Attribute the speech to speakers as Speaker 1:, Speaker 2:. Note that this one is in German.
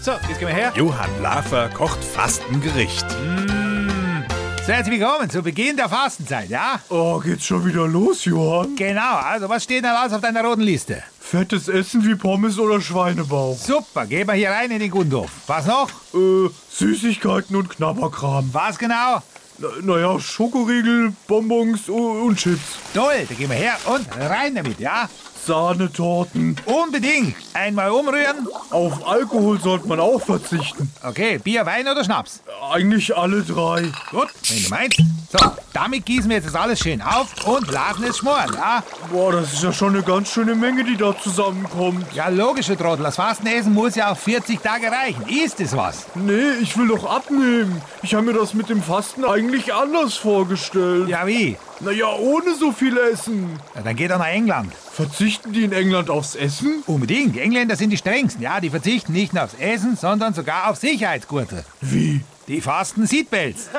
Speaker 1: So, jetzt gehen wir her.
Speaker 2: Johann Lafer kocht Fastengericht.
Speaker 1: So, herzlich willkommen zu Beginn der Fastenzeit, ja?
Speaker 3: Oh, geht's schon wieder los, Johann?
Speaker 1: Genau, also was steht denn alles auf deiner roten Liste?
Speaker 3: Fettes Essen wie Pommes oder Schweinebauch.
Speaker 1: Super, gehen wir hier rein in den Gundhof. Was noch?
Speaker 3: Äh, Süßigkeiten und Knabberkram.
Speaker 1: Was genau?
Speaker 3: Na, naja, Schokoriegel, Bonbons u- und Chips.
Speaker 1: Toll, da gehen wir her und rein damit, ja?
Speaker 3: Sahnetorten.
Speaker 1: Unbedingt. Einmal umrühren.
Speaker 3: Auf Alkohol sollte man auch verzichten.
Speaker 1: Okay, Bier, Wein oder Schnaps?
Speaker 3: Eigentlich alle drei.
Speaker 1: Gut, wenn du meinst. So, damit gießen wir jetzt das alles schön auf und lassen es schmoren, ja?
Speaker 3: Boah, das ist ja schon eine ganz schöne Menge, die da zusammenkommt.
Speaker 1: Ja, logische Trottel, das Fastenessen muss ja auf 40 Tage reichen. Ist es was?
Speaker 3: Nee, ich will doch abnehmen. Ich habe mir das mit dem Fasten eigentlich anders vorgestellt.
Speaker 1: Ja, wie?
Speaker 3: Naja, ohne so viel Essen.
Speaker 1: Na, dann geht doch nach England.
Speaker 3: Verzichten die in England aufs Essen?
Speaker 1: Unbedingt. Die Engländer sind die strengsten. Ja, die verzichten nicht nur aufs Essen, sondern sogar auf Sicherheitsgurte.
Speaker 3: Wie?
Speaker 1: Die fasten Seatbelts.